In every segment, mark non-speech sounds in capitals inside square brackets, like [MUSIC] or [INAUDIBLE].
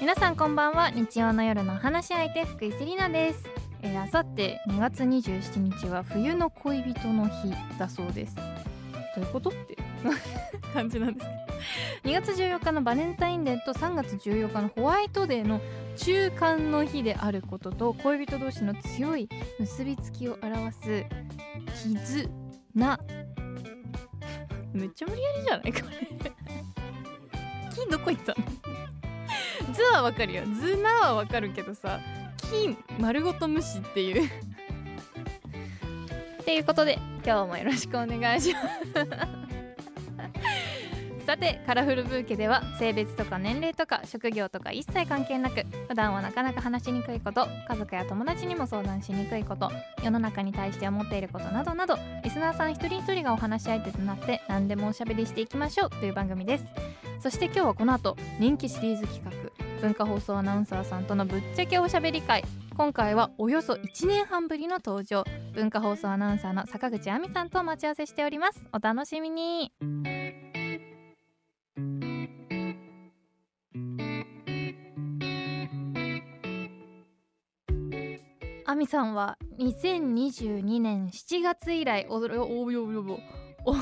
皆さんこんばんは日曜の夜のお話し相手福井セリナですえーあさって2月27日は冬の恋人の日だそうですどういうことって [LAUGHS] 感じなんですけど2月14日のバレンタインデーと3月14日のホワイトデーの中間の日であることと恋人同士の強い結びつきを表す絆 [LAUGHS] めっちゃ無理やりじゃないこれ [LAUGHS] 金どこ行ったの図はわかるよ図なはわかるけどさ金丸ごと無視っていうっていうことで今日もよろしくお願いしますさてカラフルブーケでは性別とか年齢とか職業とか一切関係なく普段はなかなか話しにくいこと家族や友達にも相談しにくいこと世の中に対して思っていることなどなどリスナーさん一人一人がお話し相手となって何でもおしゃべりしていきましょうという番組ですそして今日はこの後人気シリーズ企画文化放送アナウンサーさんとのぶっちゃけおしゃべり会今回はおよそ1年半ぶりの登場文化放送アナウンサーの坂口亜美さんと待ち合わせしておりますお楽しみに亜美さんは2022年7月以来おおおおおおお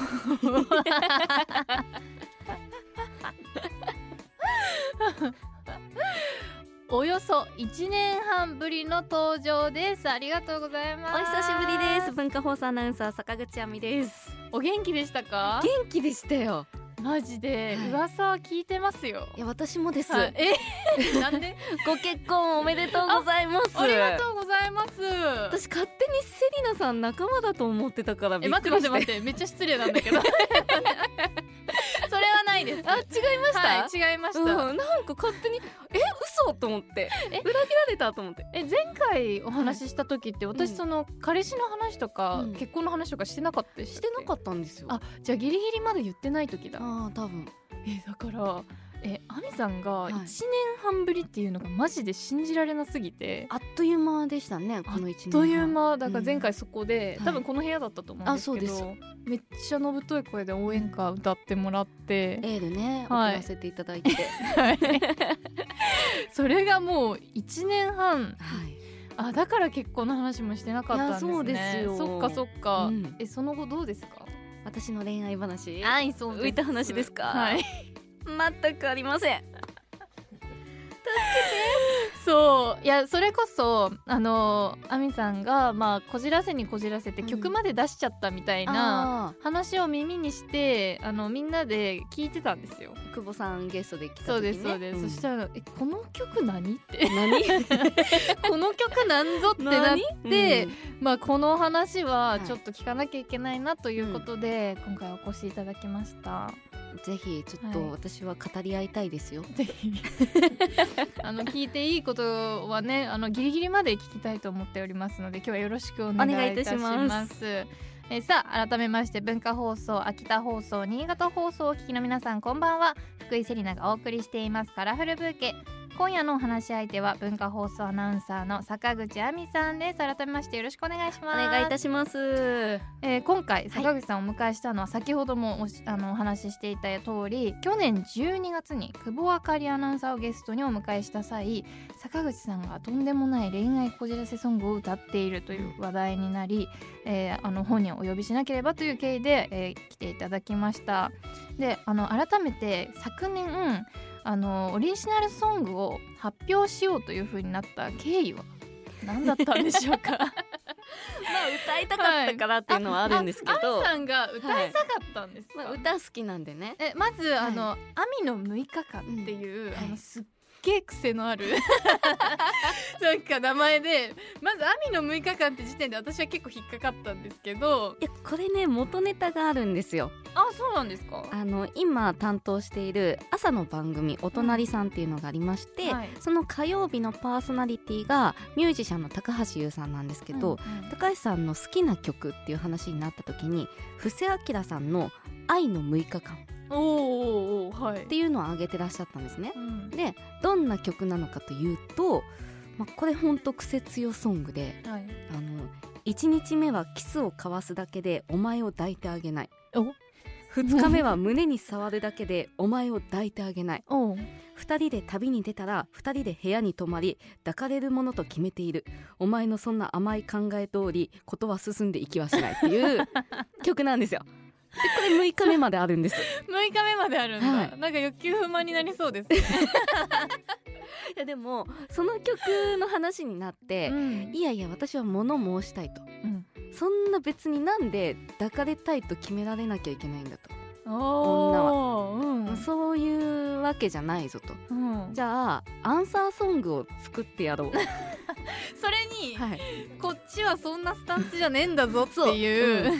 およそ1年半ぶりの登場ですありがとうございまおす久しぶりです文化放送アナウンサー坂口亜美ですお元気でしたか元気でしたよマジではい噂は聞いてますよ。いや私もです、はいえ [LAUGHS] なんでご結婚おめでとうございますありがとうございます。私勝手にセリナさん仲間だと思ってたからえびっくり待しって待って待ってめっちゃ失礼なんだけど。それはないです。あ違いました、はい違いました。うん、なんか勝手にえ嘘と思ってえ裏切られたと思ってえ前回お話しした時って私うんその彼氏の話とかうん結婚の話とかしてなかったししてなかったんですよあじゃあギリギリまで言ってない時だ。あー多分えだから。えアミさんがはい1年半ぶりっていうのがマジで信じられなすぎて、あっという間でしたねこの一あっ年という半間だから前回そこで、うん多分この部屋だったと思うんですけど、あそめっちゃのぶとい声で応援歌歌ってもらってエールね送はいらせていただいて、はい、 [LAUGHS] それがもう1年半あだから結婚の話もしてなかったんですねいやそうですよそっかそっか、うんえその後どうですか私の恋愛話いそうです浮いた話ですか [LAUGHS] はい、全くありませんそういやそれこそあの亜美さんが、まあ、こじらせにこじらせてうん曲まで出しちゃったみたいな、あ話を耳にしてあのみんなで聞いてたんですよ。ー久保さんゲストで来た時、ね、そうですそうです、そしたら「えこの曲何?」って [LAUGHS] ら [LAUGHS] 何「この曲なんぞ?」ってなって、まあ、この話はちょっと聞かなきゃいけないなということで、今回お越しいただきました。うんぜひちょっはいと私は語り合いたいですよ、ぜひ [LAUGHS] あの聞いていいことはねあのギリギリまで聞きたいと思っておりますので今日はよろしくお願いいたしますお願いいたしますえーさあ改めまして文化放送秋田放送新潟放送をお聞きの皆さんこんばんは福井セリナがお送りしていますカラフルブーケ今夜のお話し相手は文化放送アナウンサーの坂口亜美さんです改めましてよろしくお願いしますお願いいたし [LAUGHS] ますえー今回坂口さんをお迎えしたのは先ほどもおしあのお話ししていた通り去年12月に久保あかりアナウンサーをゲストにお迎えした際坂口さんがとんでもない恋愛こじらせソングを歌っているという話題になり、えーあの本人をお呼びしなければという経緯で、えー来ていただきました。であの改めて昨年あのオリジナルソングを発表しようというふうになった経緯は何だったんでしょう [LAUGHS] かまあ歌いたかったからっていう [LAUGHS] のはあるんですけど、ああアミさんが歌いたかったんですか、まあ、歌好きなんでねえまず、はいあの「アミの6日間」っていう、うんあはのいすっげえ癖のあ [LAUGHS] るなんか名前でまず「アミの6日間」って時点で私は結構引っかかったんですけどいやこれね元ネタがあるんですよあそうなんですかあの今担当している朝の番組「お隣さん」っていうのがありまして、はいその火曜日のパーソナリティがミュージシャンの高橋優さんなんですけど、高橋さんの好きな曲っていう話になった時に布施明さんの「愛の6日間」っおーおーおーはいていうのを挙げてらっしゃったんですねうんでどんな曲なのかというと、まあ、これほんと癖強ソングではい、あの1日目はキスを交わすだけでお前を抱いてあげないお2日目は胸に触るだけでお前を抱いてあげないお2人で旅に出たら2人で部屋に泊まり抱かれるものと決めているお前のそんな甘い考え通りことは進んでいきはしないっていう [LAUGHS] 曲なんですよ。でこれ6日目まであるん [LAUGHS] です。 6日目まであるんだ、はいなんか欲求不満になりそうですね、いやでもその曲の話になって、んいやいや私は物申したいとそんな別になんで抱かれたいと決められなきゃいけないんだと、女は、うんそういうわけじゃないぞとうん、じゃあアンサーソングを作ってやろう、それに、 [LAUGHS] はいこっちはそんなスタンスじゃねえんだぞってそういう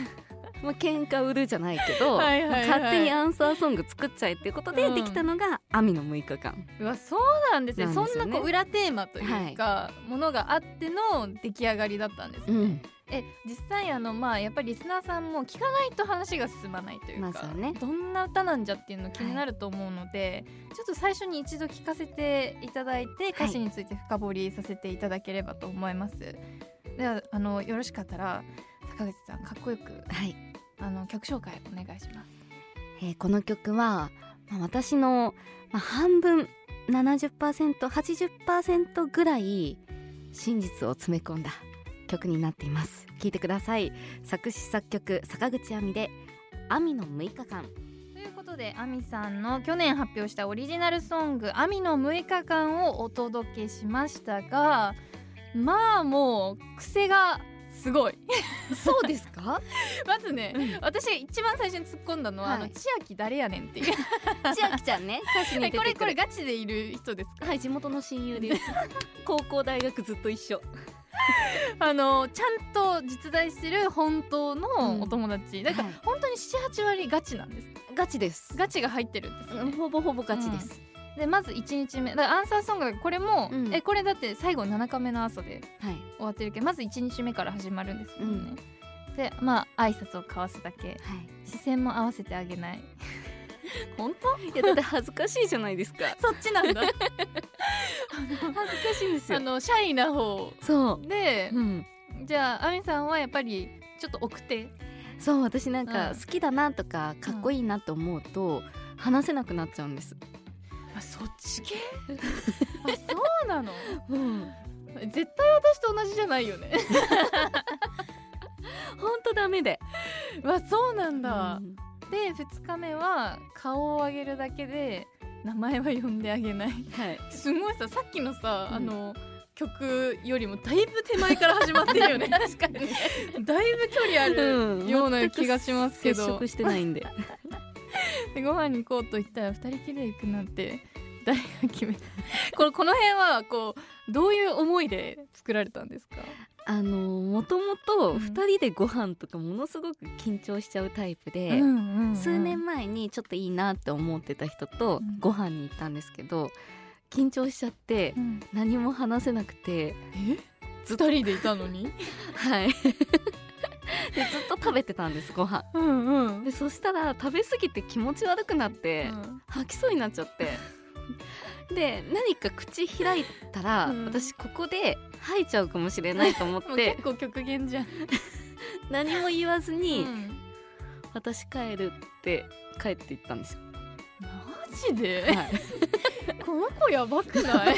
まあ喧嘩売るじゃないけど [LAUGHS] はいはいはいまあ勝手にアンサーソング作っちゃえっていうことうでんできたのが「網の6日間うわそうなんですねなんですそよねんなこう裏テーマというか、ものがあっての出来上がりだったんです」ね、うんえ実際あのまあやっぱりリスナーさんも聞かないと話が進まないというか、まずはねどんな歌なんじゃっていうの気になると思うので、ちょっと最初に一度聞かせていただいて歌詞について深掘りさせていただければと思います、ではあのよろしかったら坂口さんかっこよくはいあの曲紹介お願いしますえーこの曲は、まあ私の、まあ半分 70%80% ぐらい真実を詰め込んだ曲になっています聴いてください作詞作曲坂口亜美で「亜美の6日間ということでアミさんの去年発表したオリジナルソング「アミの6日間」をお届けしましたがまあもう癖がすごい」 [LAUGHS] そうですかまずね、うん私が一番最初に突っ込んだのは、はいあの千秋誰やねん [LAUGHS] っていう千秋ちゃんね歌詞に出てくこるれこれガチでいる人ですかはい地元の親友です [LAUGHS] 高校大学ずっと一緒 [LAUGHS] あのちゃんと実在してる本当のお友達、だから、はい本当に78割ガチなんですガチですガチが入ってるんですうんほぼほぼガチです、でまず1日目だからアンサーソングだからこれも、うんえこれだって最後7日目の朝ではい終わってるけどまず1日目から始まるんですよね、でまあ挨拶を交わすだけはい視線も合わせてあげない [LAUGHS] 本当いやだって恥ずかしいじゃないですかそっちなんだ [LAUGHS] 恥ずかしいんで [LAUGHS] すあのシャイな方そでう、うん、じゃあアミさんはやっぱりちょっと奥手そう私なんかうん好きだなとかかっこいいなと思うと話せなくなっちゃうんです、あそっち系 [LAUGHS] あそうなのうん、 [LAUGHS] 絶対私と同じじゃないよ [LAUGHS] ねほんとダメで、わそうなんうだ、んで2日目は顔を上げるだけで名前は呼んであげないはい、すごいささっきのさ、うんあの曲よりもだいぶ手前から始まってるよね [LAUGHS] 確かにだいぶ距離ある、ような気がしますけど全く接触してない [LAUGHS] んででご飯に行こうと言ったら二人きりで行くなんて誰が決めた [LAUGHS] このこの辺はこうどういう思いで作られたんですかあのもともうとん2人でご飯とかものすごく緊張しちゃうタイプで、ん数年前にちょっといいなって思ってた人うとんご飯に行ったんですけど緊張しちゃってうん、何も話せなくてえ二人でいたのにはい [LAUGHS] でずっと食べてたんですご飯うんうんでそしたら食べ過ぎて気持ち悪くなって、うん吐きそうになっちゃってで何か口開いたら、うん私ここで吐いちゃうかもしれないと思 [LAUGHS] っもうて結構極限じゃん、何も言わずに、うん私帰るって帰っていったんで [LAUGHS] すよ、マジで、はい、この子やばくない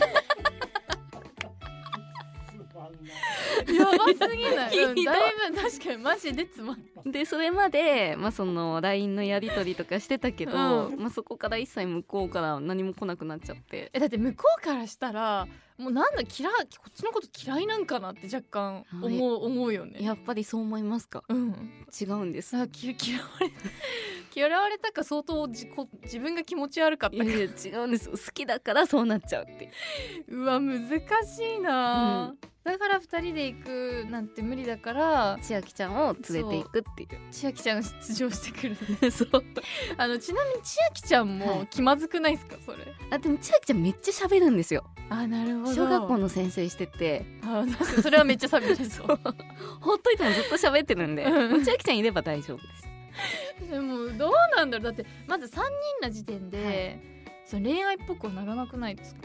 やばすぎない、うんひどいだいぶ確かにマジでつまんないでそれまで、まあ、その LINE のやり取りとかしてたけど、うんまあ、そこから一切向こうから何も来なくなっちゃってえだって向こうからしたらもうなんだ嫌いこっちのこと嫌いなんかなって若干思はいう思うよねやっぱりそう思いますかうん違うんですさあき [LAUGHS] 嫌われ嫌われたか相当自己自分が気持ち悪かっいたやかいや違うんです好きだからそうなっちゃうって [LAUGHS] うわ難しいな、だから二人で行くなんて無理だから千秋ちゃんを連れていくっていう千秋ちゃんが出場してくる [LAUGHS] そうあのちなみに千秋ちゃんはもい気まずくないですかそれあでも千秋ちゃんめっちゃ喋るんですよあなるほど小学校の先生しててあ確かにそれはめっちゃ寂しそうほっといてもずっと喋ってるんでうん千秋ちゃんいれば大丈夫ですでもどうなんだろうだってまず3人な時点で、その恋愛っぽくはならなくないですか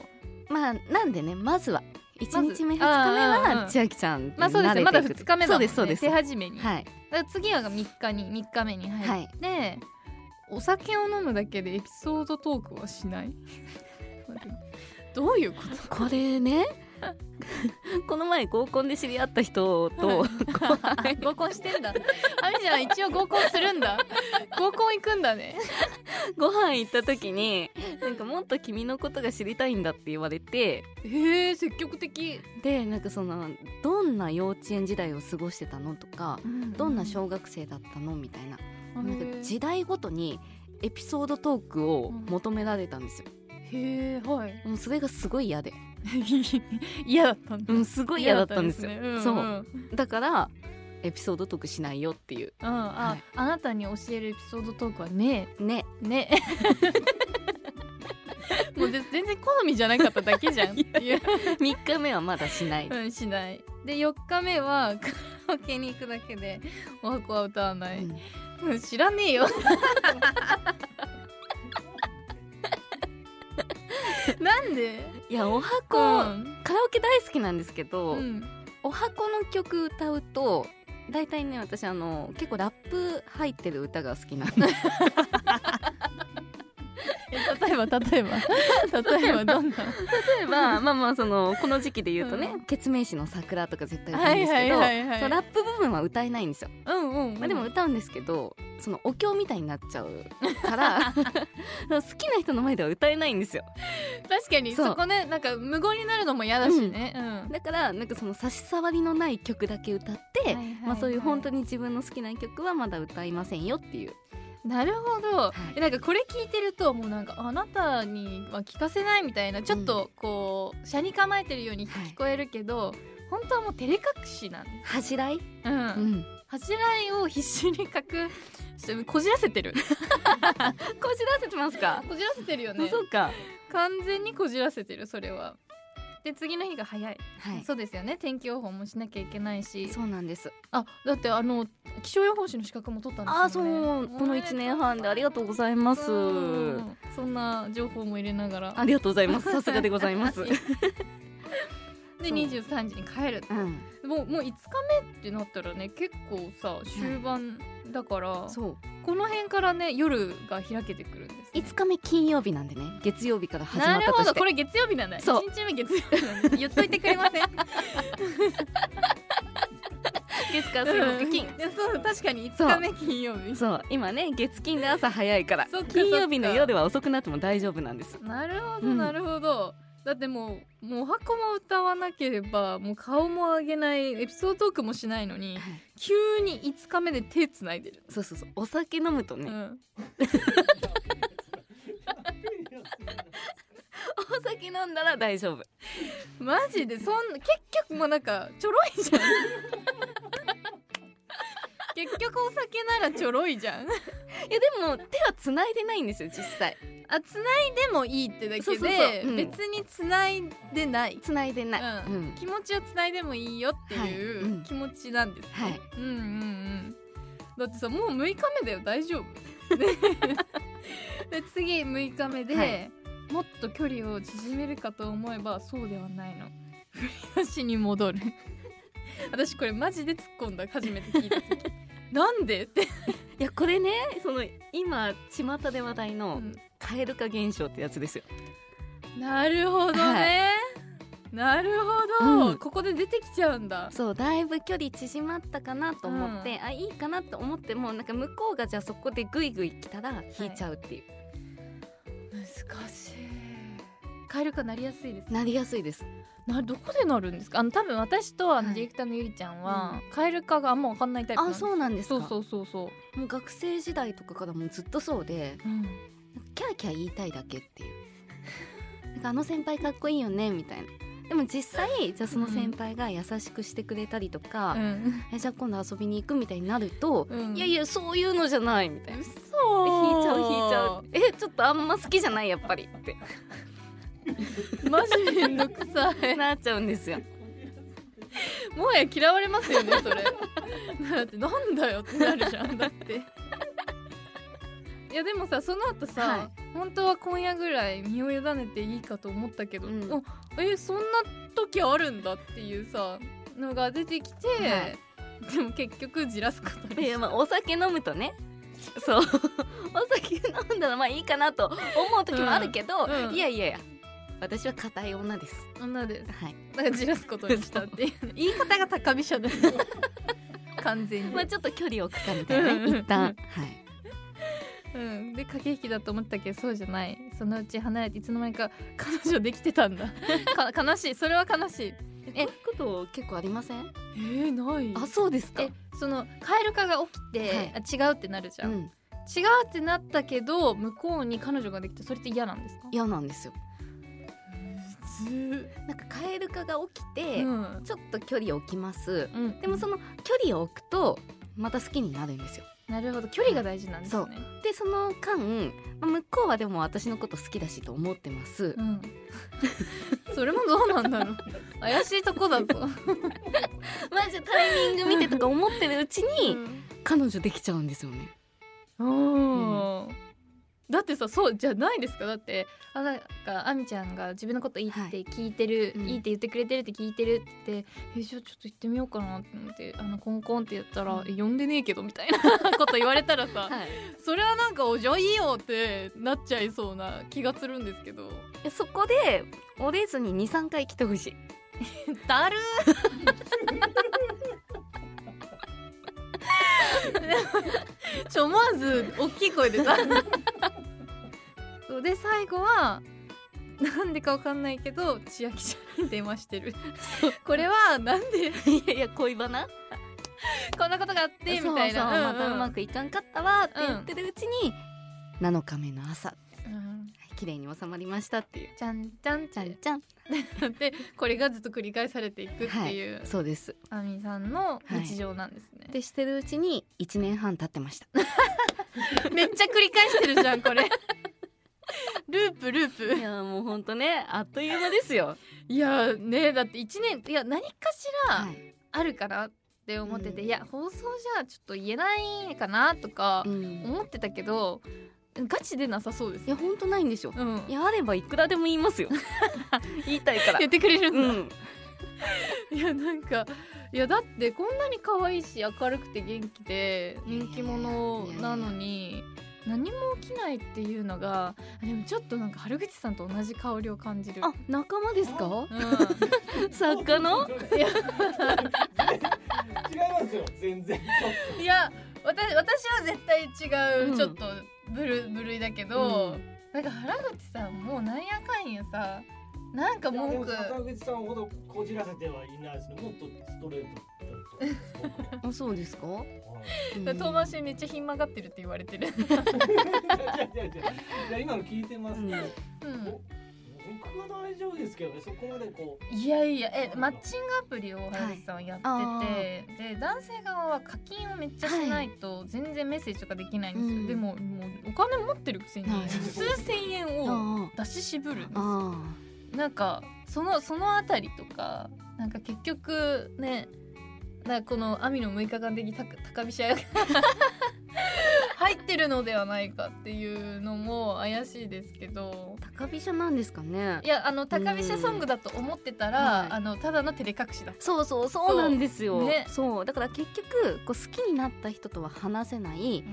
まあなんでねまずは1日目2日目あーうんうはん千秋ちゃんにまあそう慣でれすていねくまだ2日目だもんねそうですそ手うです始めに、はいだから次は3日に3日目に入って、お酒を飲むだけでエピソードトークはしない [LAUGHS] どういうこと [LAUGHS] これねこの前合コンで知り合った人と、あ合コンしてんだあみちゃん一応合コンするん [LAUGHS] だ合コン行くんだねご飯行った時になんかもっと君のことが知りたいんだって言われてへえ積極的、でなんかそのどんな幼稚園時代を過ごしてたのとかどんな小学生だったのみたいななんか時代ごとにエピソードトークを求められたんですよ。へえはい [LAUGHS] もうそれがすごい嫌で、嫌だったんだうん、すごい嫌だったんですよ。嫌だったんですそねうだからエピソードトークしないよっていううんあ、はいあなたに教えるエピソードトークはね [LAUGHS] ねえね [LAUGHS] えもうで全然好みじゃなかっただけじゃんっていう3日目はまだしないうんしないで4日目はカラオケに行くだけでお箱は歌わない、うんうん知らねえ [LAUGHS] よなんでいやお箱、うんカラオケ大好きなんですけど、うんお箱の曲歌うと大体ね私あの結構ラップ入ってる歌が好きなのえ例えば例えば例えばど [LAUGHS] んな例えば [LAUGHS] まあまあそのこの時期で言うとねう「ケツメイシの桜」とか絶対歌はうんでいすはけいど、はいはいそのラップ部分は歌えないんですよ、うんうん、うんまあ、でも歌うんですけどそのお経みたいになっちゃうから [LAUGHS] 好きな人の前では歌えないんですよ確かにそうそこねなんか無言になるのも嫌だしね、うんだからなんかその差し障りのない曲だけ歌って、はいはいはいまあ、そういう本当に自分の好きな曲はまだ歌いませんよっていうなるほど、いえなんかこれ聞いてるともうなんかあなたには聞かせないみたいなちょっとこう車に構えてるようにはい聞こえるけど、本当はもう照れ隠しなんです、恥じらい、う、うんん、恥じらいを必死に隠してこじらせてるこじらせてますか、こじらせてるよあねそうか完全にこじらせてるそれはで次の日が早い、はいそうですよね天気予報もしなきゃいけないしそうなんですあだってあの気象予報士の資格も取ったんですよねあそうこの一年半でありがとうございますうんそんな情報も入れながらありがとうございますさすがでございま [LAUGHS] す [LAUGHS] で23時に帰るうんもうもう5日目ってなったらね結構さ終盤だからそうこの辺からね夜が開けてくるんですね、 5日目金曜日なんでね月曜日から始まなっるたとほしどてこれ月曜日なんだ一そう日目月曜日なんだ言っといてくれ [LAUGHS] ません月火水木金、うんそう確かにそう5日目金曜日そう今ね月金で朝早いからそっか金曜日のそっか夜は遅くなっても大丈夫なんですなるほどうんなるほど、だってもうもうお箱も歌わなければもう顔も上げないエピソードトークもしないのにはい急に5日目で手つないでる、そうそうそうお酒飲むとうね、ん、お酒飲んだら大丈夫マジでそんな結局もうなんかちょろいじ [LAUGHS] ゃん結局お酒ならちょろいじゃんいやでも手は繋いでないんですよ実際あつないでもいいってだけでそうそうそううん別につないでない、繋いでない、うんうん気持ちはつないでもいいよっていはいうんう気持ちなんですね、はいうんうんうんだってさもう6日目だよ大丈夫 [LAUGHS] でで次6日目で、はいもっと距離を縮めるかと思えばそうではないの振り出しに戻る [LAUGHS] 私これマジで突っ込んだ初めて聞いた時 [LAUGHS] なんでって、いやこれねその今巷で話題の蛙化現象ってやつですよなるほどね、なるほど、うんここで出てきちゃうんだそうだいぶ距離縮まったかなと思っうて、あいいかなと思ってもなんか向こうがじゃあそこでグイグイ来たら引いちゃうっていう、難しい蛙化なりやすいですなりやすいですなどこでなるんですかあの多分私とあはのいディレクターのゆりちゃんは、カエル化があんま分かんないタイプなんあですそうなんですそかうそうそうそうもう学生時代とかからもうずっとそうでうんキャーキャー言いたいだけって [LAUGHS] いうなんかあの先輩かっこいいよねみたいなでも実際じゃあその先輩が優しくしてくれたりとか、えじゃあ今度遊びに行くみたいになると、うんいやいやそういうのじゃないみたいなうで引いちゃうー引いちゃうえちょっとあんま好きじゃないやっぱりってマジめんどくさいなっちゃうんですよもはや嫌われますよねそれだってなんだよってなるじゃんだっていやでもさその後さ、は本当は今夜ぐらい身を委ねていいかと思ったけど、うんおえそんな時あるんだっていうさのが出てきて、はいでも結局じらすことに [LAUGHS] いやまあお酒飲むとねそうお酒飲んだらまあいいかなと思う時もあるけど、うんうんいやいやいや私は硬い女です。女ですはい。だからじらすことにしたっていう [LAUGHS] 言い方が高飛車だよ完全に、まあちょっと距離を置くかみたいなうんうんうんね。一旦はい。うん、で駆け引きだと思ったけどそうじゃないそのうち離れていつの間にか [LAUGHS] 彼女できてたん [LAUGHS] だか悲しいそれは悲しいええ、こういうこと結構ありません？えー、ないあ、そうですかえ。その蛙化が起きて、あ違うってなるじゃ、うん。違うんってなったけど向こうに彼女ができてそれって嫌なんですか嫌なんですよ。普通、なんかカエル化が起きて、うんちょっと距離を置きます。うん、でもその距離を置くとまた好きになるんですよ。なるほど距離が大事なんですねそうでその間、まあ向こうはでも私のこと好きだしと思ってます。うん、 [LAUGHS] それもどうなんだろう怪しいとこだ [LAUGHS] ぞ、まあじゃあタイミング見てとか思ってるうちに、うん彼女できちゃうんですよね。おーだってさそうじゃないですかだってあなんかあみちゃんが自分のこといいって聞いてる、うんい、いって言ってくれてるって聞いてるって言って、えじゃあちょっと行ってみようかなって思ってあのコンコンって言ったら、うんえ呼んでねえけどみたいな [LAUGHS] こと言われたら [LAUGHS] さはい。それはなんかおじゃあいいよってなっちゃいそうな気がするんですけどそこで折れずに二三回来てほしい。だるーちょ思わず大きい声でだるそうで最後はなんでかわかんないけど千秋ちゃんに電話してるこれはなんでいやいや恋バナこんなことがあってみそうそうたいなまたうまくいかんかったわって言ってるうちに、7日目の朝うん綺麗に収まりましたっていう。じゃんじゃんじじゃゃんんじゃん。ってこれがずっと繰り返されていくっていう、そうです。あみさんの日常なんですね、でしてるうちに1年半経ってました。めっちゃ繰り返してるじゃんこ [LAUGHS] れループループいやもう本当ねあっという間ですよ。いやーねだって1年いや何かしらい。あるかなって思ってて、ういんや放送じゃちょっと言えないかなとかうん、い思ってたけど、ガチでなさそうですや本当ないんですよ。うんいやあればいくらでも言いますよ。 [LAUGHS] 言いたいから。言ってくれるんだ、うん。いやなんかいやだってこんなに可愛いし明るくて元気でいやいや人気者なのに何も起きないっていうのがあでもちょっとなんか春口さんと同じ香りを感じるあ仲間ですか？うん作家 [LAUGHS] の？いや違いますよ全然いや私私は絶対違う、うんちょっと部類部類だけど、うんなんか原口さんもうなんやかんやさなんか文句いやでも坂口さんほどこじらせてはいないですねもっとストレートだと思いますあそうですか？僕は遠回しにめっちゃひん曲がってるって言われ [LAUGHS] てる、いやいやいやいやいや今の聞いてますけど、うん僕は大丈夫ですけどねそこまでこういやいやえマッチングアプリを原口さんやってて、はいで男性側は課金をめっちゃしないと全然メッセージとかできないんですよ、うんでももうお金持ってるくせにはい数千円をあ出し渋るんですあよあなんかそのそのあたりとかなんか結局ねなんかこの「網の6日間的高高飛車」が [LAUGHS] 入ってるのではないかっていうのも怪しいですけどあ。高飛車なんですかねい。やあの高飛車ソングだと思ってたら、うんはいあのただの照れ隠しだそうそうそうなんですよ。そうねそうだから結局こう好きになった人とは話せない。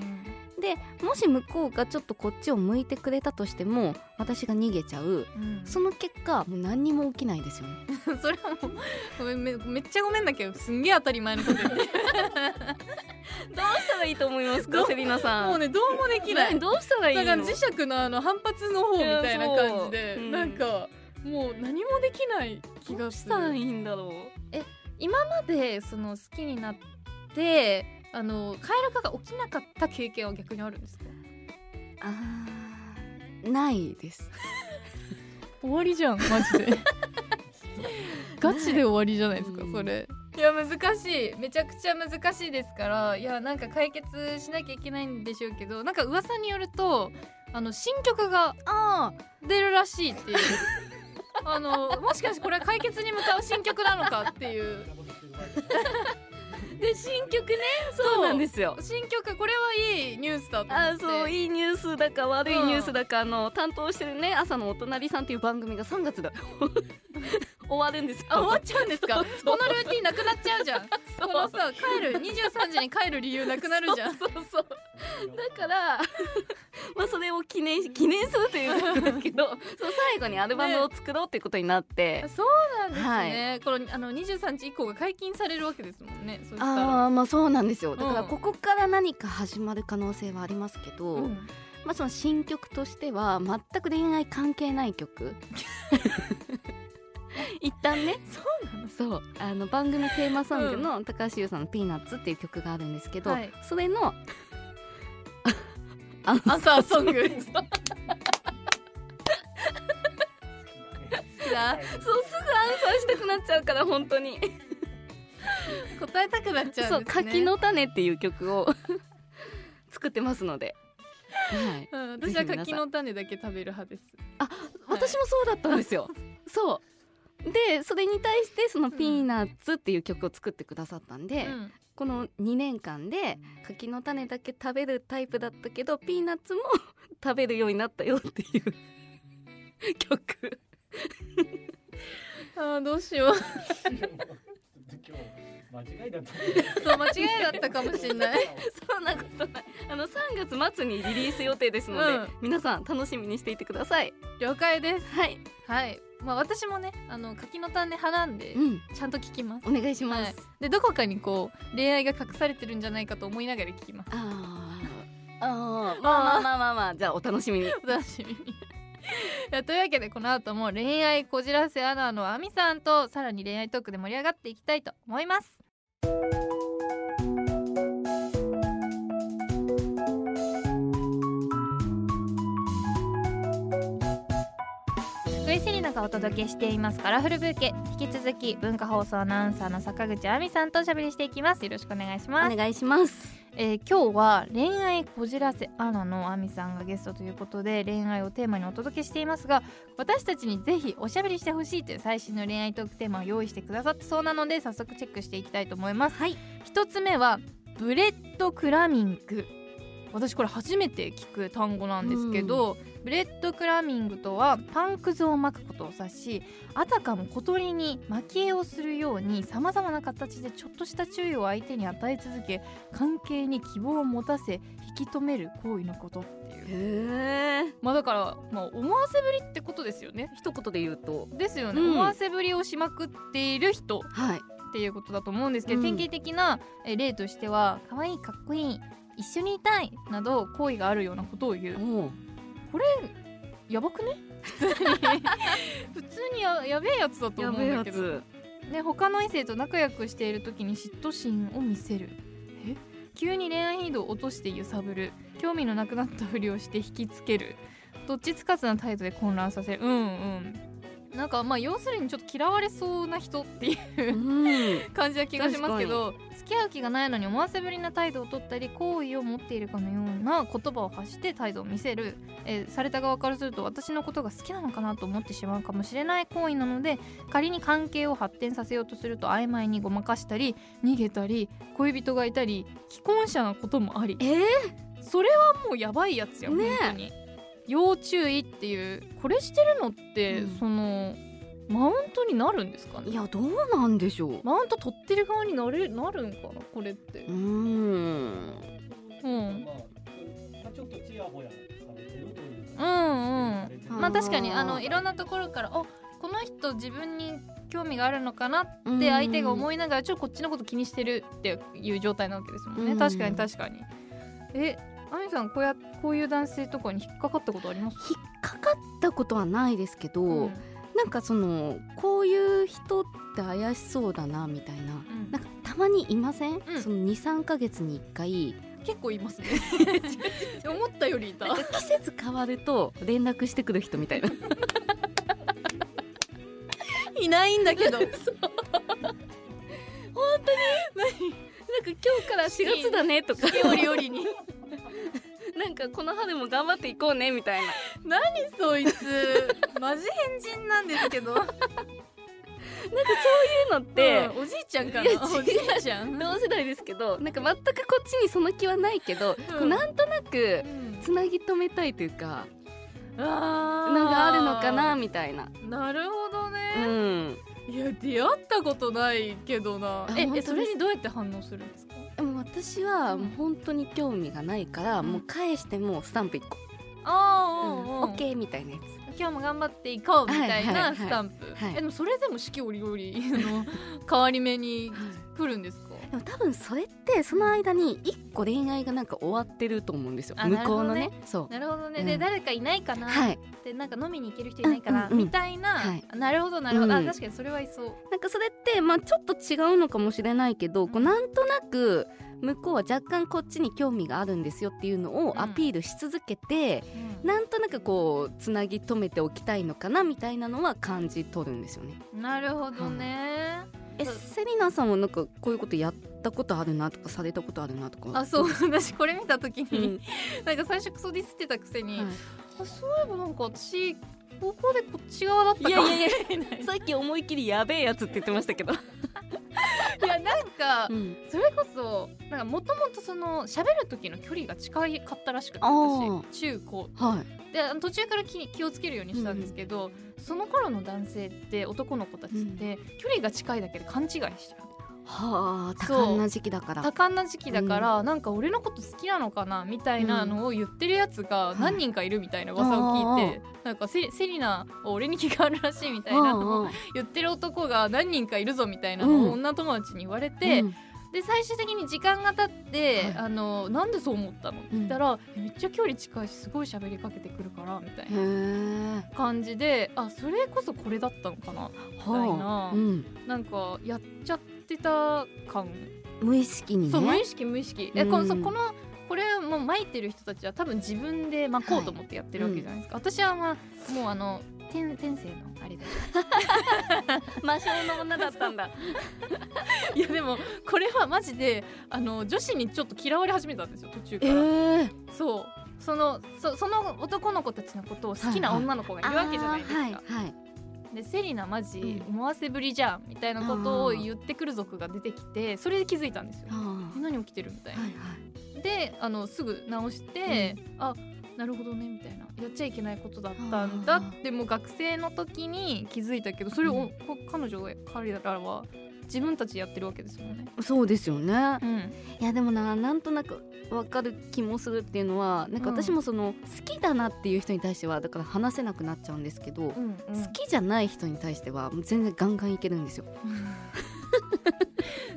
でもし向こうがちょっとこっちを向いてくれたとしても私が逃げちゃうそそのの結果もう何にも起きないですよね [LAUGHS] それはもうごめんめめっちゃごめんだけどすんげえ当たり前のこと言ってどうしたらいいと思いますかセリナさ [LAUGHS] もうねどうもできないどうしたらいいだのから磁石のあの反発の方みたいな感じで、いやそううんなんかもう何もできない気どがうすしるたらいいんだろ今までその好きになってあの蛙化が起きなかった経験は逆にあるんですかうあーないです終わりじゃんマジ [LAUGHS] でガチで終わりじゃないですかうんそれいや難しいめちゃくちゃ難しいですからいやなんか解決しなきゃいけないんでしょうけどなんか噂によるとあの新曲があ出るらしいっていう [LAUGHS] あのもしかしてこれは解決に向かう新曲なのかっていうーで新曲ねそうそうなんですよ新曲これはいいニュースだと思あっーてそういいいニュースだか悪いニュースだか、あの担当してるね朝のお隣さんっていう番組が3月だ [LAUGHS] 終わるんですよあ終わっちゃうんですかそうそうこのルーティンなくなっちゃうじゃんこのさ帰る23時に帰る理由なくなるじゃんそうそうそうだだから、 [LAUGHS] まあそれを記念し記念するということだ [LAUGHS] けど、そう最後にアルバムを作ろうということになって、そうなんですね、このあの23日以降が解禁されるわけですもんねそしたあらあまあそうなんですよ。だからうんここから何か始まる可能性はありますけど、うんまあその新曲としては全く恋愛関係ない曲。 [LAUGHS] 一旦ね、そうなのそうあの番組テーマソングの高橋優さんの「ピーナッツ」っていう曲があるんですけど、はいそれのアンアンサーソングだそうすぐアンサーしたくなっちゃうから本当に答えたくなっちゃそううん「ですね柿の種」っていう曲を [LAUGHS] 作ってますので、はい、うん、私はぜひ皆さん柿の種だけ食べる派です私もそうだったんです [LAUGHS] よそうでそれに対してその「ピーナッツ」っていう曲を作ってくださったんで、うんこの2年間で柿の種だけ食べるタイプだったけどピーナッツも [LAUGHS] 食べるようになったよっていう [LAUGHS] 曲あーどうしよう今日間違いだったそう間違いだったかもしれないそんなことないあの3月末にリリース予定ですので、うん皆さん楽しみにしていてください了解ですはい、はいまあ私もねあの柿の種派なんでうん、ちゃんと聞きますお願いします、でどこかにこう恋愛が隠されてるんじゃないかと思いながら聞きますあーあーまあまあまあまあまあじゃあお楽しみにお楽しみに [LAUGHS] いやというわけでこの後も恋愛こじらせアナのあみさんとさらに恋愛トークで盛り上がっていきたいと思います福井セリナがお届けしていますカラフルブーケ引き続き文化放送アナウンサーの坂口あみさんとおしゃべりしていきますよろしくお願いしますお願いしますえー今日は恋愛こじらせアナのあみさんがゲストということで恋愛をテーマにお届けしていますが私たちにぜひおしゃべりしてほしいという最新の恋愛トークテーマを用意してくださったそうなので早速チェックしていきたいと思いますはい一つ目はブレッドクラミング私これ初めて聞く単語なんですけど、ブレッドクラミングとはパンくずを巻くことを指しあたかも小鳥に蒔絵をするようにさまざまな形でちょっとした注意を相手に与え続け関係に希望を持たせ引き止める行為のことっていうへえまあだから、まあ、思わせぶりってことですよね一言で言うとですよね、うん思わせぶりをしまくっている人はいっていうことだと思うんですけど、う典ん型的なえ例としては可愛いかっこいい一緒にいたいなど好意があるようなことを言うおうやばくね [LAUGHS] 普通に普通にややべえやつだとや思うべえんやだけどつで他の異性と仲良くしている時に嫉妬心を見せるえ急に恋愛頻度を落として揺さぶる興味のなくなったふりをして引きつけるどっちつかずな態度で混乱させるうんうんなんかまあ要するにちょっと嫌われそうな人っていう [LAUGHS] うん感じな気がしますけど付き合う気がないのに思わせぶりな態度を取ったり好意を持っているかのような言葉を発して態度を見せる、えーされた側からすると私のことが好きなのかなと思ってしまうかもしれない行為なので仮に関係を発展させようとすると曖昧にごまかしたり逃げたり恋人がいたり既婚者なこともありえー、それはもうやばいやつやん、ねえ本当に要注意っていうこれしてるのって、うんそのマウントになるんですかねいやどうなんでしょうマウント取ってる側になれなるんかなこれってうーうんん [LAUGHS] まあまあちょっとちやほやされてるといううかんうんうんまあ確かにあーあのいろんなところからおこの人自分に興味があるのかなっうんて相手が思いながらちょっとこっちのこと気にしてるっていう状態なわけですもんねうん確かに確かにえあみさんこうやこういう男性とかに引っかかったことあります引っかかったことはないですけど、うんなんかそのこういう人って怪しそうだなみたいなうんなんかたまにいません、んその23か月に1回結構いますね [LAUGHS] 思ったよりいたなん [LAUGHS] か季節変わると連絡してくる人み [LAUGHS] たいないないんだけどなんか今日から4月だねとかよりよりに [LAUGHS] なんかこの春も頑張っていこうねみたいな [LAUGHS] そいつマジ変人なんですけどそういうのって、うんおじいちゃんかいや違なうおじいちゃん同世代ですけどなんか全くこっちにその気はないけど、こうなんとなくつなぎ止めたいというかあーなんかあるのかなみたいななるほどうね、んいや出会ったことないけどなあえ本当えですそれにどうやって反応するんですかでも私はもう本当に興味がないから、うんもう返してもスタンプ1個、あうんーオッケーみたいなや今日も頑張っていこうみたいはいはいはないスタンプ、はいえでもそれでも四季折々 [LAUGHS] の変わり目につ、来るんですかでも多分それってその間に1個恋愛がなんか終わってると思うんですよあ向こうのなねるそなるほどね、うんで誰かいないかうな、はいでなんか飲みに行ける人いないかな、うんうんうんみたいな、はいなるほどなるほど、うあん確かにそれはいそうなんかそれってまあちょっと違うのかもしれないけどこうなんとなく向こうは若干こっちに興味があるんですよっていうのうんをアピールし続けて、ななんとなくこうつなぎ止めておきたいのかなみたいなのは感じ取るんですよね。なるほどね、えそうセリナさんはなんかこういうことやったことあるなとかされたことあるなとかあそう [LAUGHS] 私これ見た時うに、ん [LAUGHS] なんか最初クソディスってたくせに、はあそういえばなんか私高校でこっち側だったかいやいやいやみたいいなさっき思いっきりやべえやつって言ってましたけど、 [LAUGHS] いやなんか、うん、それこそなんかもともとその喋る時の距離が近いかったらしくてあー私中高はいであの途中から気気をつけるようにしたんですけど、その頃の男性って男の子たちって距離が近いだけで勘違いしちゃうはあ多そう感な時期だから多感な時期だから、なんか俺のこと好きなのかなみたいなのを言ってるやつがうん何人かいるみたいな噂を聞いて、あなんかセセリナは俺に気があるらしいみたいなのをうんうん言ってる男が何人かいるぞみたいなのうをん女友達に言われて、うんで最終的に時間が経って、はいあのなんでそう思ったのって言ったら、めっちゃ距離近いしすごい喋りかけてくるからみたいなへえ感じであそれこそこれだったのかなはあみたいなうんなんかやっちゃってた感無意識にねそう無意識無意識、えこのそううんこのこれもまいてる人たちは多分自分で巻こうと思ってやってるわけじゃないですか、私はまあもうあの天天性のあれだ魔性の女だったんだ [LAUGHS] いやでもこれはマジであの女子にちょっと嫌われ始めたんですよ途中かえら、ー、そうそのそその男の子たちのことを好きな女の子がいるわけじゃないですか、あーはいはいでセリナマジうん思わせぶりじゃんみたいなことを言ってくる族が出てきてそれで気づいたんですよあーえ何起きてるみたいなはいであのすぐ直して、あなるほどねみたいなやっちゃいけないことだったんだあーってもう学生の時に気づいたけどそれを、うこ彼女彼らは自分たちでやってるわけですもんね。はいそうですよねうん、いやでもななんとなくわかる気もするっていうのはなんか私もその好きだなっていう人に対してはだから話せなくなっちゃうんですけど、うんうん好きじゃない人に対してはもう全然ガンガンいけるんですよ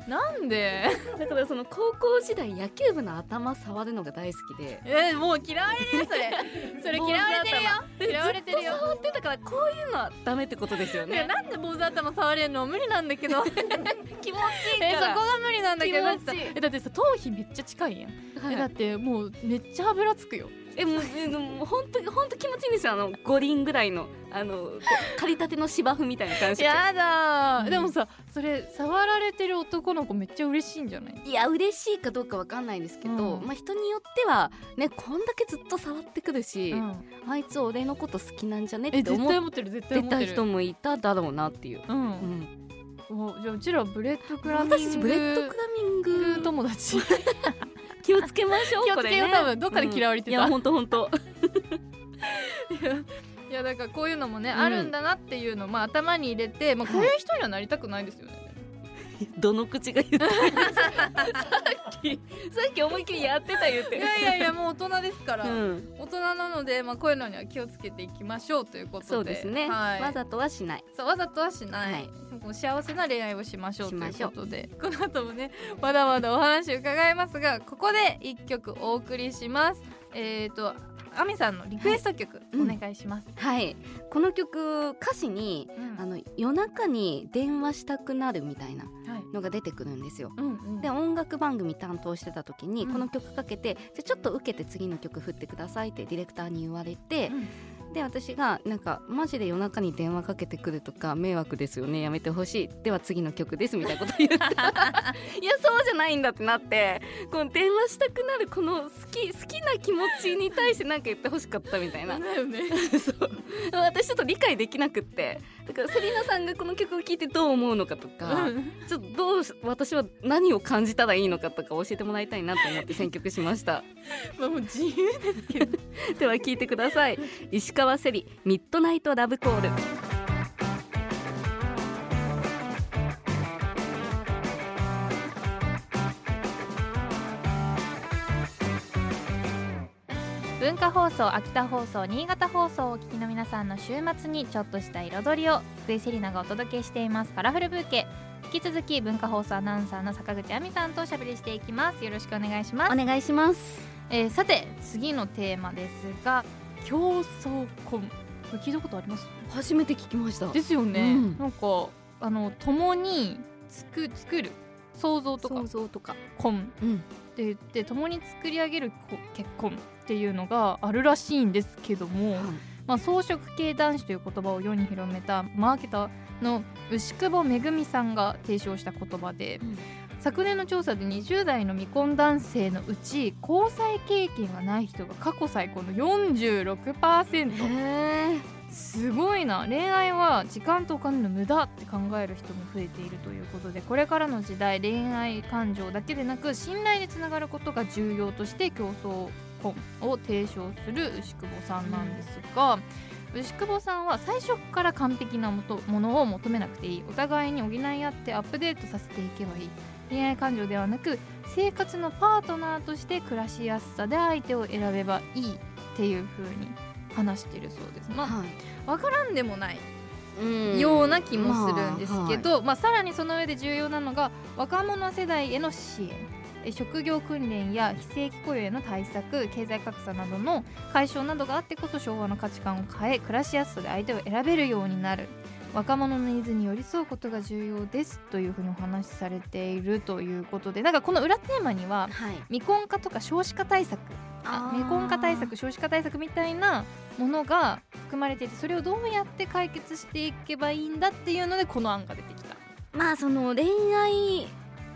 なんでだからその高校時代野球部の頭触るのが大好きでえもう嫌われるよそ [LAUGHS] れそれ嫌われてるよ嫌われてるよずっと触ってたからこういうのはダメってことですよねねなんで坊主頭触れるの無理なんだけ [LAUGHS] ど気持ちえそこが無理なんだけど気持ちいいえだってさ頭皮めっちゃ近いやん、はいえだってもうめっちゃ油つくよえもうえでももう本当本当気持ちいいんですよあの五輪ぐらいのあのこう刈りたての芝生みたいな感じでやだー、うんでもさそれ触られてる男の子めっちゃ嬉しいんじゃないいや嬉しいかどうかわかんないですけど、うんまあ人によってはねこんだけずっと触ってくるし、うんあいつ俺のこと好きなんじゃねえって絶思対っ思ってる絶対て思ったてる人もいただろうなっていう、う、うんん、おじゃあうちらブレッドクラミング私たちブレッドクラミング友達気をつけましょう気をつけようこれね多分どっかで嫌われてたうんいや本当本当 [LAUGHS] いやだからこういうのもね、うんあるんだなっていうのを、まあ、頭に入れて、まあ、こういう人にはなりたくないですよね、どの口が言ってるさっき [LAUGHS] さっき思いっきりやってた言ってい、やいやいやもう大人ですから、うん、大人なので、まあ、こういうのには気をつけていきましょうということでそうですね、はい、わざとはしないそうわざとはしない、はいもう幸せな恋愛をしましょうしといまうしょこうとでこの後もねまだまだお話伺いますがここで一曲お送りしますえっ、ー、とあみさんのリクエスト曲おうん願いします、はいこの曲歌詞にうんあの夜中に電話したくなるみたいなはいのが出てくるんですようんうんで音楽番組担当してた時にうんこの曲かけて、じゃあちょっと受けて次の曲振ってくださいってディレクターに言われて、で私がなんかマジで夜中に電話かけてくるとか迷惑ですよねやめてほしいでは次の曲ですみたいなこと [LAUGHS] 言ったいやそうじゃないんだってなってこの電話したくなるこの好き好きな気持ちに対して何か言ってほしかったみたいなだよねそう私ちょっと理解できなくってだからセリナさんがこの曲を聴いてどう思うのかとか、うんちょっとどうし私は何を感じたらいいのかとか教えてもらいたいなと思って選曲しました [LAUGHS] まあもう自由ですけどでは聴いてください石川セリミッドナイトラブコール「文化放送秋田放送新潟放送をお聞きの皆さんの週末にちょっとした彩りを福井セリナがお届けしていますカラフルブーケ引き続き文化放送アナウンサーの坂口亜美さんとおしゃべりしていきますよろしくお願いしますお願いしますえーさて次のテーマですが競争婚これ聞いたことあります初めて聞きましたですよね、うんなんかあの共に作作る想像とか想像とか婚うんって言って共に作り上げるこ結婚っていうのがあるらしいんですけども、はいまあ、草食系男子という言葉を世に広めたマーケターの牛久保めぐみさんが提唱した言葉で、うん昨年の調査で20代の未婚男性のうち交際経験がない人が過去最高の46%へえすごいな恋愛は時間とお金の無駄って考える人も増えているということでこれからの時代恋愛感情だけでなく信頼でつながることが重要として競争婚を提唱する牛久保さんなんですが、牛久保さんは最初から完璧なもとものを求めなくていいお互いに補い合ってアップデートさせていけばいい恋愛感情ではなく生活のパートナーとして暮らしやすさで相手を選べばいいっていう風に話してるそうです。まあはわからんでもないいうんような気もするんですけまど、まあさらにその上で重要なのが若者世代への支援え職業訓練や非正規雇用への対策経済格差などの解消などがあってこそ昭和の価値観を変え暮らしやすさで相手を選べるようになる若者のニーズに寄り添うことが重要ですというふうにお話しされているということでなんかこの裏テーマにははいはい未婚化とか少子化対策あー未婚化対策少子化対策みたいなものが含まれていてそれをどうやって解決していけばいいんだっていうのでこの案が出てきたまあその恋愛っ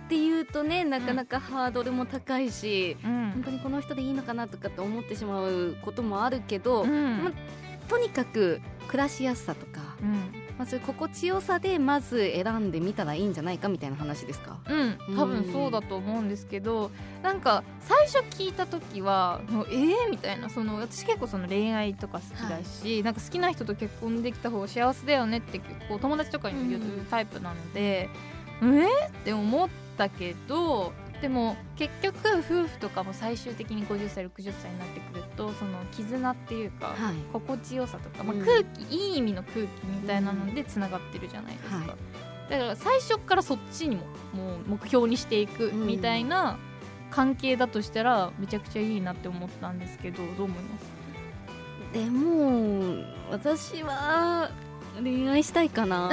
ていうとねなかなかハードルも高いし、うん本、当にこの人でいいのかなとかって思ってしまうこともあるけど、うんまとにかく暮らしやすさとか、まあ、そういう心地よさでまず選んでみたらいいんじゃないかみたいな話ですかうん、多分そうだと思うんですけどなんか最初聞いた時はもうええみたいなその私結構その恋愛とか好きだし、なんか好きな人と結婚できた方が幸せだよねって結構友達とかにも言ううんタイプなので、えーって思ったけどでも結局夫婦とかも最終的に50歳60歳になってくるとその絆っていうか。はい心地よさとか、まあうん空気、いい意味の空気みたいなのでつながってるじゃないですか、はだから最初からそっちにももう目標にしていくみたいな関係だとしたらめちゃくちゃいいなって思ったんですけどどう思い [LAUGHS] ますでも私は恋愛したいかな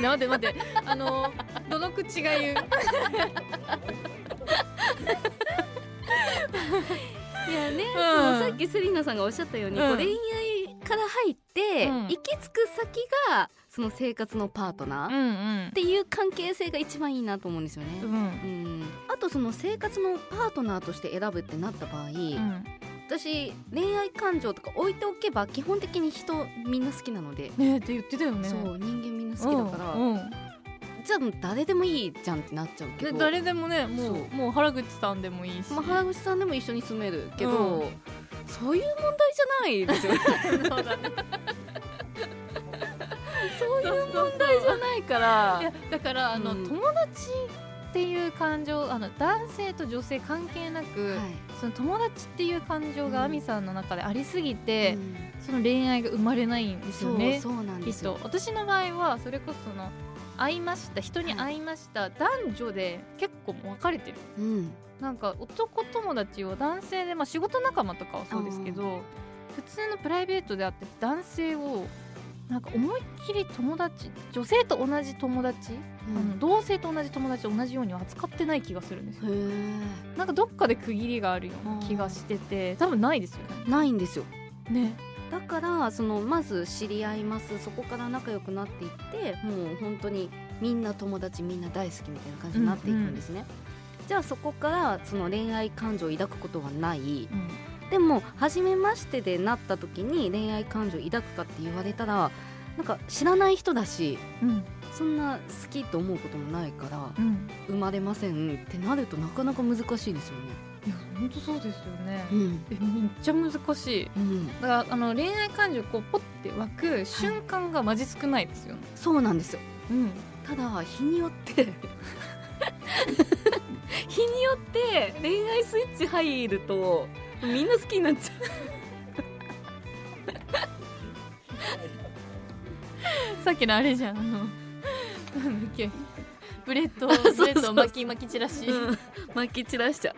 待って待ってあのどの口が言う [LAUGHS] いやね、うんそのさっきセリナさんがおっしゃったように、うんこう恋愛から入って、うん行き着く先がその生活のパートナーうっんうんていう関係性が一番いいなと思うんですよね、ううんん、あとその生活のパートナーとして選ぶってなった場合、うん私恋愛感情とか置いておけば基本的に人みんな好きなので、ねえって言ってたよねそう人間みんな好きだから、うんうんじゃあもう誰でもいいじゃんってなっちゃうけでど、誰でもねもそううもう原口さんでもいいし、まあ、原口さんでも一緒に住めるけど、う [LAUGHS] そういう問題じゃないですよねそうだねそういう問題じゃないかいらやだからあの、うん友達っていう感情あの男性と女性関係なく、その友達っていう感情うんがアミさんの中でありすぎはいてう、んその恋愛が生まれないんですよそうねそうなんきでっすとよ私の場合はそれこそその会いました人に会いました、男女で結構もう別れてるうんなんか男友達を男性で、まあ、仕事仲間とかはそうですけど普通のプライベートであって男性をなんか思いっきり友達女性と同じ友達あの同性と同じ友達と同じようには扱ってない気がするんですようんへなんかどっかで区切りがあるような気がしてて多分ないですよえないんですよねねだからそのまず知り合いますそこから仲良くなっていってもう本当にみんな友達みんな大好きみたいな感じになっていくんですね、じゃあそこからその恋愛感情を抱くことはないでも初めましてでなった時に恋愛感情を抱くかって言われたらなんか知らない人だしうんうんそんな好きと思うこともないからうん生まれませんってなるとなかなか難しいですよね。いや本当そうですよねうんえめっちゃ難しいうん、だからあの恋愛感情こうポッて湧く瞬間がマジ少ないですよね、そうなんですようんただ日によって [LAUGHS] 日によって恋愛スイッチ入るとみんな好きになっちゃさっきのあれじゃんあの [LAUGHS] なんだっけブレッドそうそうブレッドを巻き巻き散らし、うん、巻き散らしちゃう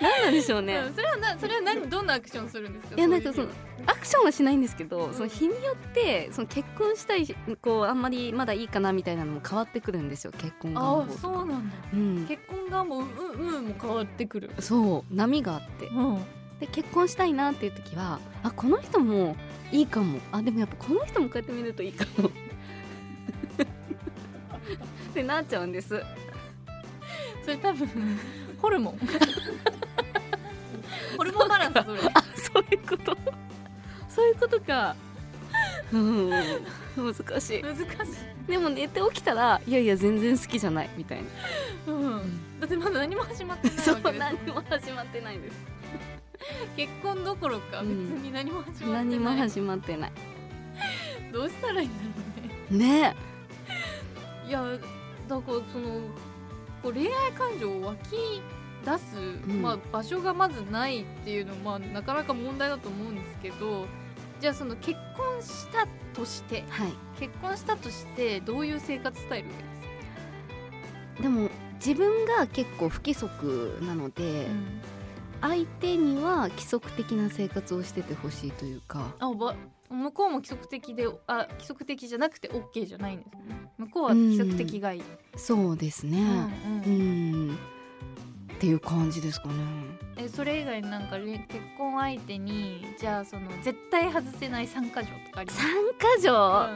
何 [LAUGHS] なんでしょうね、うんそれはなそれは何どんなアクションするんですかいやなんかそそういのうアクションはしないんですけど、んその日によってその結婚したいこうあんまりまだいいかなみたいなのも変わってくるんですよ結婚願あ望あそうなんだうん、結婚がもううんうんも変わってくるそう波があってうんで結婚したいなっていう時はあこの人もいいかもあでもやっぱこの人もこうやって見るといいかも [LAUGHS] ってなっちゃうんですそれ多分ホルモン [LAUGHS] ホルモンバランスそれあそういうことそういうことかうん難しい難しい、でも寝て起きたらいやいや全然好きじゃないみたいなうん、だってまだ何も始まってないわけそうです何も始まってないです結婚どころか別に何も始まって何もない、始まってないどうしたらいいんだろうねねいやだからそのこう恋愛感情を湧き出す、んまあ、場所がまずないっていうのは、まあ、なかなか問題だと思うんですけどじゃあその結婚したとしてはい結婚したとしてどういう生活スタイルですでも自分が結構不規則なので、か、相手には規則的な生活をしててほしいというかあば向こうも規則的であ規則的じゃなくて OK じゃないんですね向こうは規則的がいい、そうですねうんううんんっていう感じですかねえそれ以外になんかれ結婚相手にじゃあその絶対外せない参加条とかあります三箇条か、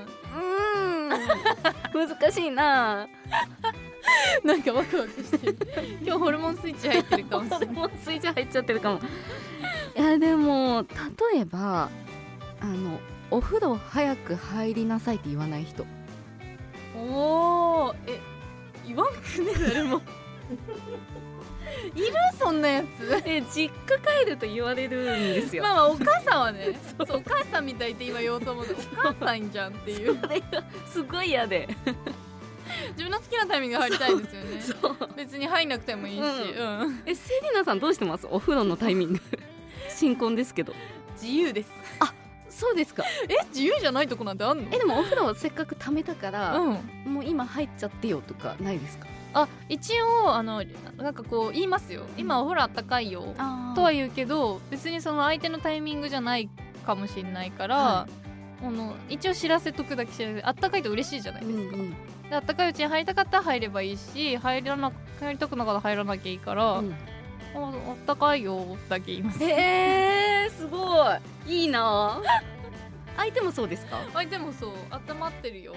うーん難しい [LAUGHS] なうんなんかワクワクしてる今日ホルモンスイッチ入ってるかもしれないもうスイッチ入っちゃってるかもいやでも例えばあのお風呂早く入りなさいって言わない人おおえ言わんくね誰もいるそんなやつ [LAUGHS] え実家帰ると言われるんです [LAUGHS] まあまあお母さんはね [LAUGHS] そうお母さんみたいって今言おうと思ってお母さんじゃんっていうそれが [LAUGHS] すごい嫌で自分の好きなタイミングで入りたいですよねそう別に入んなくてもいいし、ううんえセリナさんどうしてますお風呂のタイ [LAUGHS] ミング新婚ですけど自由ですそうですか [LAUGHS] え自由じゃないとこなんてあんのえでもお風呂をせっかく貯めたから、うんもう今入っちゃってよとかないですかあ一応あのなんかこう言いますよ今お風呂あったかいよあとはえ言うけど別にその相手のタイミングじゃないかもしれないから、はあの一応知らせとくだけ知らせあったかいと嬉しいじゃないですか、うんうんであったかいうちに入りたかったら入ればいいし入らな入りたくなかったら入らなきゃいいから、うんああったかいよだけ言いますえー、すごいいいな [LAUGHS] 相手もそうですか相手もそう温まってるよ、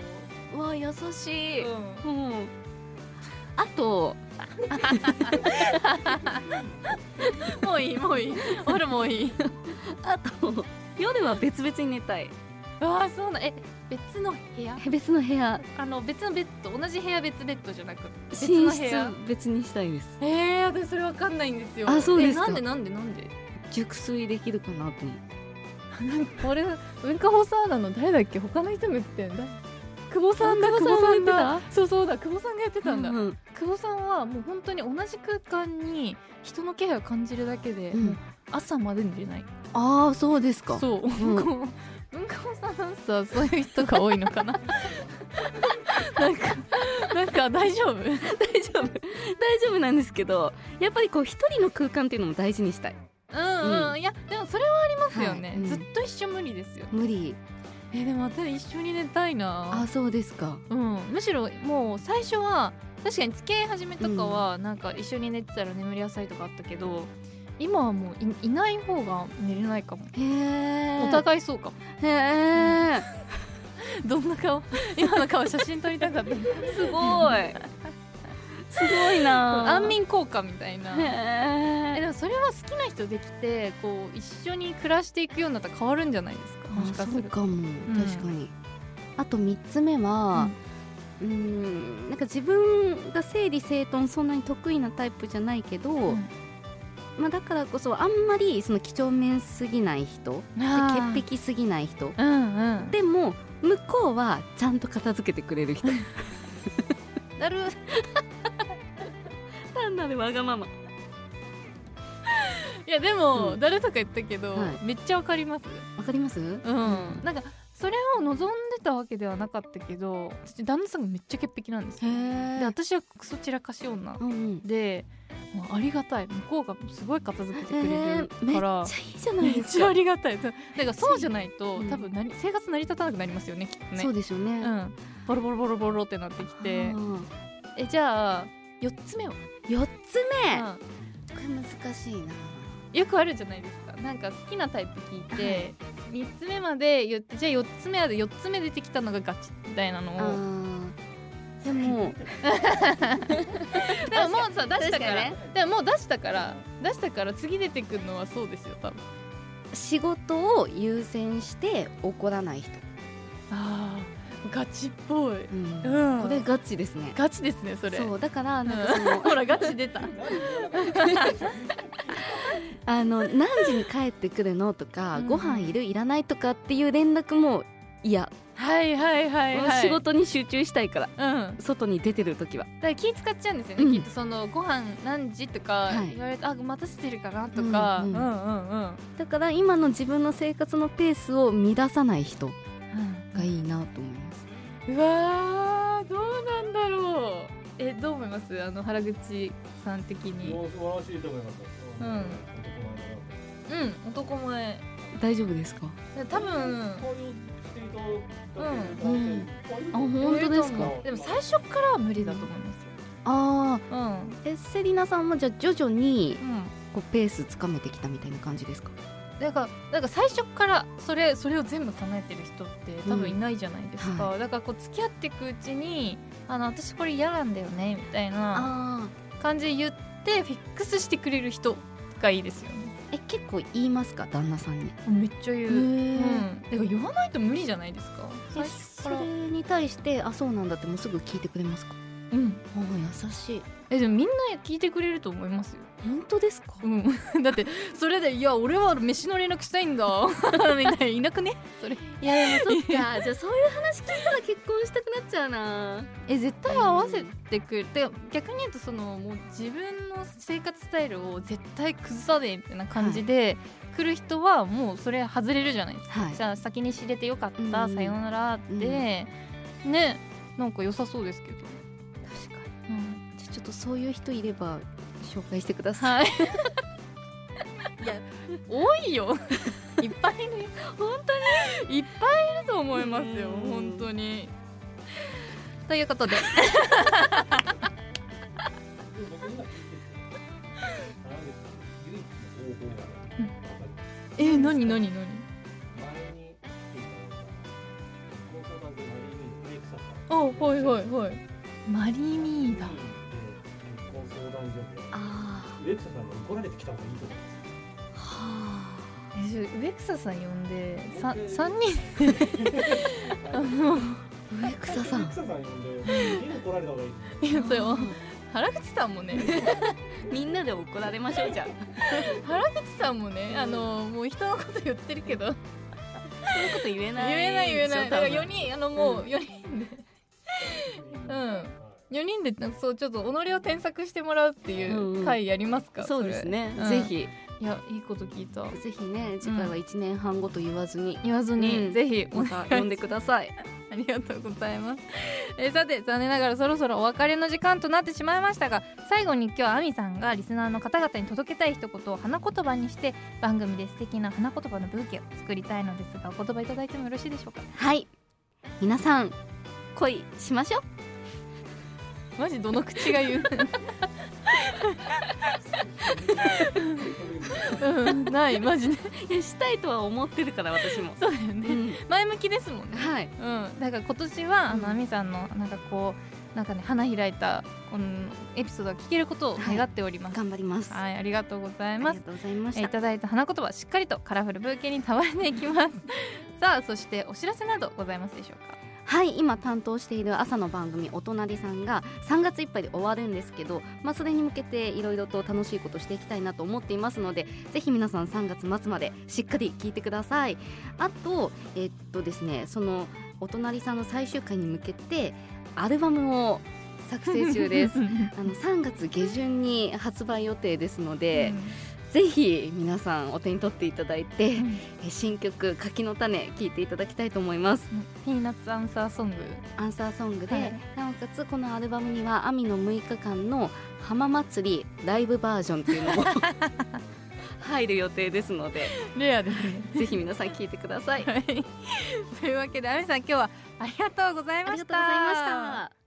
わあ優うしい、うんん、あともういいもういい俺もういいあと夜は別々に寝たいああそうなえ別の部屋別の部屋あの別のベッド同じ部屋別ベッドじゃなく別寝の室部屋別にしたいですえー、私それわかんないんですよあそうですかえなんでなんでなんで熟睡できるかなと思うなんか俺文化放送アナの誰だっけ他の人も言ってたんだ久保さんだあ久久保保ささんんもだそうそうだ久保さんがやってたんだ、うんうん久保さんはもう本当に同じ空間に人の気配を感じるだけで、うんもう朝まで寝れないああそうですかそう、んこう文化放送アナウンサーそういう人が多いのか [LAUGHS] ななんかなんか大丈夫大丈夫大丈夫なんですけどやっぱりこう一人の空間っていうのも大事にしたいうんう、うんいやでもそれはありますよね、はいうんずっと一緒無理ですよ無理えでも私一緒に寝たいなあそうですかうんむしろもう最初は確かに付き合い始めとかはなんか一緒に寝てたら眠り浅いとかあったけど今はもういいない方が寝れないかもへえお互いそうかもへえどんな顔今の顔写真撮りたか [LAUGHS] ったすごいすごいな安眠効果みたい [LAUGHS] なえでへえもそれは好きな人できてこう一緒に暮らしていくようになったら変わるんじゃないですかもしかあすそうるとかも、ん確かにあと3つ目はうんんなんか自分が整理整頓そんなに得意なタイプじゃないけど、んまあ、だからこそあんまりその几帳面すぎない人あー潔癖すぎない人うんうんでも向こうはちゃんと片付けてくれる人なる [LAUGHS] 単なるわがままいやでも、うん誰とか言ったけど、はいめっちゃわかりますわかりますうん、なんかそれを望んでたわけではなかったけど私旦那さんがめっちゃ潔癖なんですへよえで私はクソ散らかし女うんうんで、まあ、ありがたい向こうがすごい片付けてくれるめっかちゃら、いいじゃなめいっですちゃあか。りがたいだからそうじゃないと、うん多分なり生活成り立たなくなりますよねきっとねそうですよね。うあん、ボロボロボロボロってなってきてーえじゃあ4つ目を、四つ目、うんこれ難しいな。よくあるじゃないですかなんか好きなタイプ聞いて、三3つ目まで言ってじゃあ4つ目まで4つ目出てきたのがガチみたいなのをあーでも [LAUGHS] でももうさ出したから確かにでももう出したから出したから次出てくるのはそうですよ多分仕事を優先して怒らない人。あガチっぽい、うんうん、これガチですね。ガチですねそれそうだからなんかそ [LAUGHS] の、ほらガチ出たあの何時に帰ってくるのとか、うんご飯いるいらないとかっていう連絡も嫌、 [LAUGHS] はいはいはいはい仕事に集中したいからうんだか外に出てる時はら気使っちゃうんですよね、うんきっとそのご飯何時とかはい言われて、あ待たせてるかなとか、うんうんうんうんだから今の自分の生活のペースを乱さない人うんがいいなと思いますうわーどうなんだろうえどう思いますあの原口さん的にもう素晴らしいと思います。うんうん男前大丈夫ですか多分こういうしてるとうんあ本当ですかでも最初からは無理だと思いますよあうんあえセリナさんもじゃあ徐々にうんこうペースつかめてきたみたいな感じですかだからだから最初からそれそれを全部叶えてる人って多分いないじゃないですか、うんだからこう付き合っていくうちにあの私これ嫌なんだよねみたいなあ感じで言ってフィックスしてくれる人がいいですよねあえ結構言いますか旦那さんにめっちゃ言う、へうん、だから言わないと無理じゃないですか最え初かそられに対してあそうなんだってもうすぐ聞いてくれますかうんああ優しいえでもみんな聞いてくれると思いますよ、本当ですかうん、 [LAUGHS] だってそれで「いや俺は飯の連絡したいんだ」 [LAUGHS] みたいないなくねそれいやでもそっかじゃあそういう話聞いたら結婚したくなっちゃうなえ絶対合わせてくるで逆に言うとそのもう自分の生活スタイルを絶対崩さねえみたいな感じで来る人はもうそれ外れるじゃないですか、はいじゃあ先に知れてよかった、うんさようならって、ねなんか良さそうですけど、確かにうん、じゃあちょっとそういう人いれば紹介してくださはい、い。 [LAUGHS] いや、多いよ。 [LAUGHS] いっぱいいるよ。本当に。いっぱいいると思いますよ。うん本当に。ということで、え、なになになに。あ、はいはいはい。マリーミーだ。あレクサさんが怒られてきた方がいいと思います。あはえ、ちょウエクサさん呼んで、さオ、ッケー三人。あのあ上草さん [LAUGHS] 草さん呼んで、家に怒られた方がい [LAUGHS] い。いや、それは原口さんも [LAUGHS] ね。みんなで怒られましょうじ [LAUGHS] ゃん原口さんもね、あの、もう人のこと言ってるけど。そういうこと言え言えない、言えない。だから、四人、あの、もうう、四人で。嗯うん。4人でなんかそうちょっと己を添削してもらうっていんううんう回やりますか、そうですね、それぜひいやいいこと聞いたぜひね次回は一年半後と言わずに、言わずにに、ぜひまた呼んでください [LAUGHS] ありがとうございますえーさて残念ながらそろそろお別れの時間となってしまいましたが最後に今日はあみさんがリスナーの方々に届けたい一言を花言葉にして番組で素敵な花言葉のブーケを作りたいのですがお言葉いただいてもよろしいでしょうか [LAUGHS] はい皆さん恋しましょうマジどの口が言う [LAUGHS] うんないマジでいやしたいとは思ってるから私も、そうだよ [LAUGHS] うねん、前向きですもんねはいうん、だから今年はあうんの、あみさんのなんかこうなんかね花開いたこのエピソードが聞けることを願っております。はい、頑張りますありがとうございあまりすが。とうございまえしいた。ただいた花言葉しっかりとカラフルブーケに束ねていきます。さあそしてお知らせなどございますでしょうか。はい、今担当している朝の番組「お隣さん」が3月いっぱいで終わるんですけど、まあ、それに向けていろいろと楽しいことしていきたいなと思っていますのでぜひ皆さん3月末までしっかり聞いてください。あと、えっとですね、その「お隣さん」の最終回に向けてアルバムを作成中で [LAUGHS] 。すうんあの3月下旬に発売予定ですので、ぜひ皆さんお手に取っていただいて、うんえ新曲「柿の種」聴いていただきたいと思いますピーナッツアンサーソングアンサーソングで、はいなおかつこのアルバムには「アミの6日間」の浜祭りライブバージョンっていう [LAUGHS] のも入る予定ですのでレアですねぜひ皆さん聴いてください。はい、というわけで、あみさん、今日はありがとうございあまりしがた。とうございました。